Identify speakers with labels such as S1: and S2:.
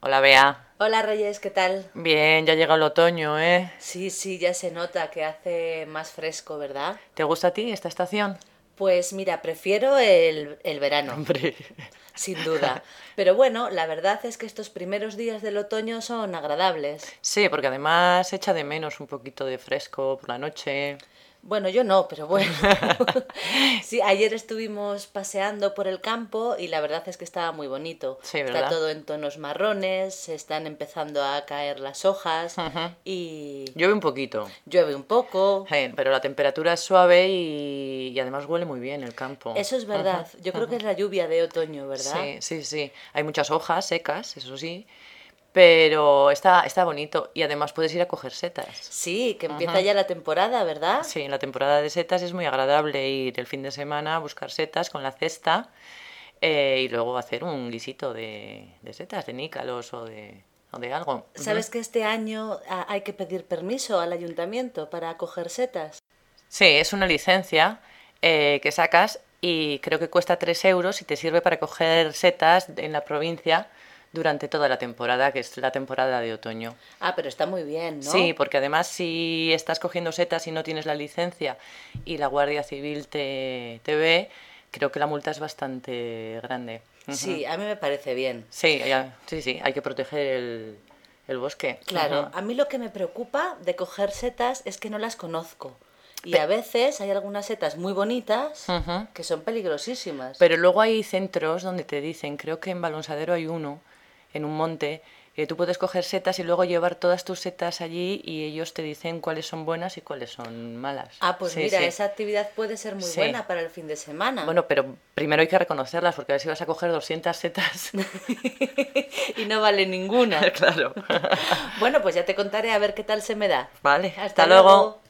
S1: Hola, Bea.
S2: Hola Reyes, ¿qué tal?
S1: Bien, ya llega el otoño, ¿eh?
S2: Sí, sí, ya se nota que hace más fresco, ¿verdad?
S1: ¿Te gusta a ti esta estación?
S2: Pues mira, prefiero el, el verano,
S1: Hombre.
S2: sin duda. Pero bueno, la verdad es que estos primeros días del otoño son agradables.
S1: Sí, porque además echa de menos un poquito de fresco por la noche.
S2: Bueno, yo no, pero bueno. sí, ayer estuvimos paseando por el campo y la verdad es que estaba muy bonito.
S1: Sí,
S2: Está
S1: ¿verdad?
S2: todo en tonos marrones, se están empezando a caer las hojas
S1: Ujú.
S2: y
S1: Llueve un poquito,
S2: llueve un poco.
S1: eh, pero la temperatura es suave y, y además huele muy bien el campo.
S2: Eso es verdad. Yo creo que es la lluvia de otoño, ¿verdad?
S1: Sí, sí, sí. Hay muchas hojas secas, eso sí, pero está, está bonito y además puedes ir a coger setas.
S2: Sí, que empieza ya la temporada, ¿verdad?
S1: Sí, en la temporada de setas es muy agradable ir el fin de semana a buscar setas con la cesta eh, y luego hacer un guisito de, de setas, de nícalos o de, o de algo.
S2: ¿Sabes que este año ah, hay que pedir permiso al ayuntamiento para coger setas?
S1: Sí, es una licencia eh, que sacas y creo que cuesta 3 euros y te sirve para coger setas en la provincia durante toda la temporada, que es la temporada de otoño.
S2: Ah, pero está muy bien, ¿no?
S1: Sí, porque además si estás cogiendo setas y no tienes la licencia y la Guardia Civil te, te ve, creo que la multa es bastante grande. pues, Ujú.
S2: Sí, a mí me parece bien.
S1: Sí, ya- sí, sí, hay que proteger el, el bosque.
S2: Claro,
S1: Ujú.
S2: a mí lo que me preocupa de coger setas es que no las conozco. Y a veces hay algunas setas muy bonitas
S1: Ujú.
S2: que son peligrosísimas.
S1: Pero luego hay centros donde te dicen, creo que en Balonsadero hay uno, en un monte, que tú puedes coger setas y luego llevar todas tus setas allí y ellos te dicen cuáles son buenas y cuáles son malas.
S2: ah, pues
S1: Sí,
S2: mira,
S1: sí.
S2: esa actividad puede ser muy
S1: Sí.
S2: buena para el fin de semana.
S1: Bueno, pero primero hay que reconocerlas porque a ver si vas a coger 200 setas.
S2: y no vale ninguna.
S1: claro.
S2: bueno, pues ya te contaré a ver qué tal se me da.
S1: Vale,
S2: Hasta
S1: hasta, luego.
S2: luego.